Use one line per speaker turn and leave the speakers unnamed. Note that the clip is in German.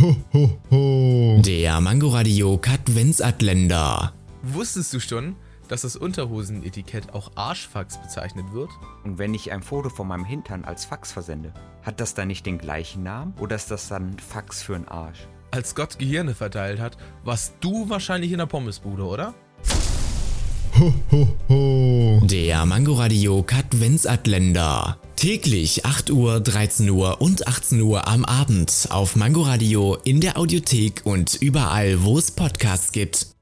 Ho, ho, ho.
Der Mangoradio Katwensatländer.
Wusstest du schon, dass das Unterhosenetikett auch Arschfax bezeichnet wird?
Und wenn ich ein Foto von meinem Hintern als Fax versende, hat das dann nicht den gleichen Namen? Oder ist das dann Fax für einen Arsch?
Als Gott Gehirne verteilt hat, warst du wahrscheinlich in der Pommesbude, oder?
Ho, ho, ho.
Der Mangoradio Katwensatländer. Täglich 8 Uhr, 13 Uhr und 18 Uhr am Abend auf Mangoradio in der Audiothek und überall, wo es Podcasts gibt.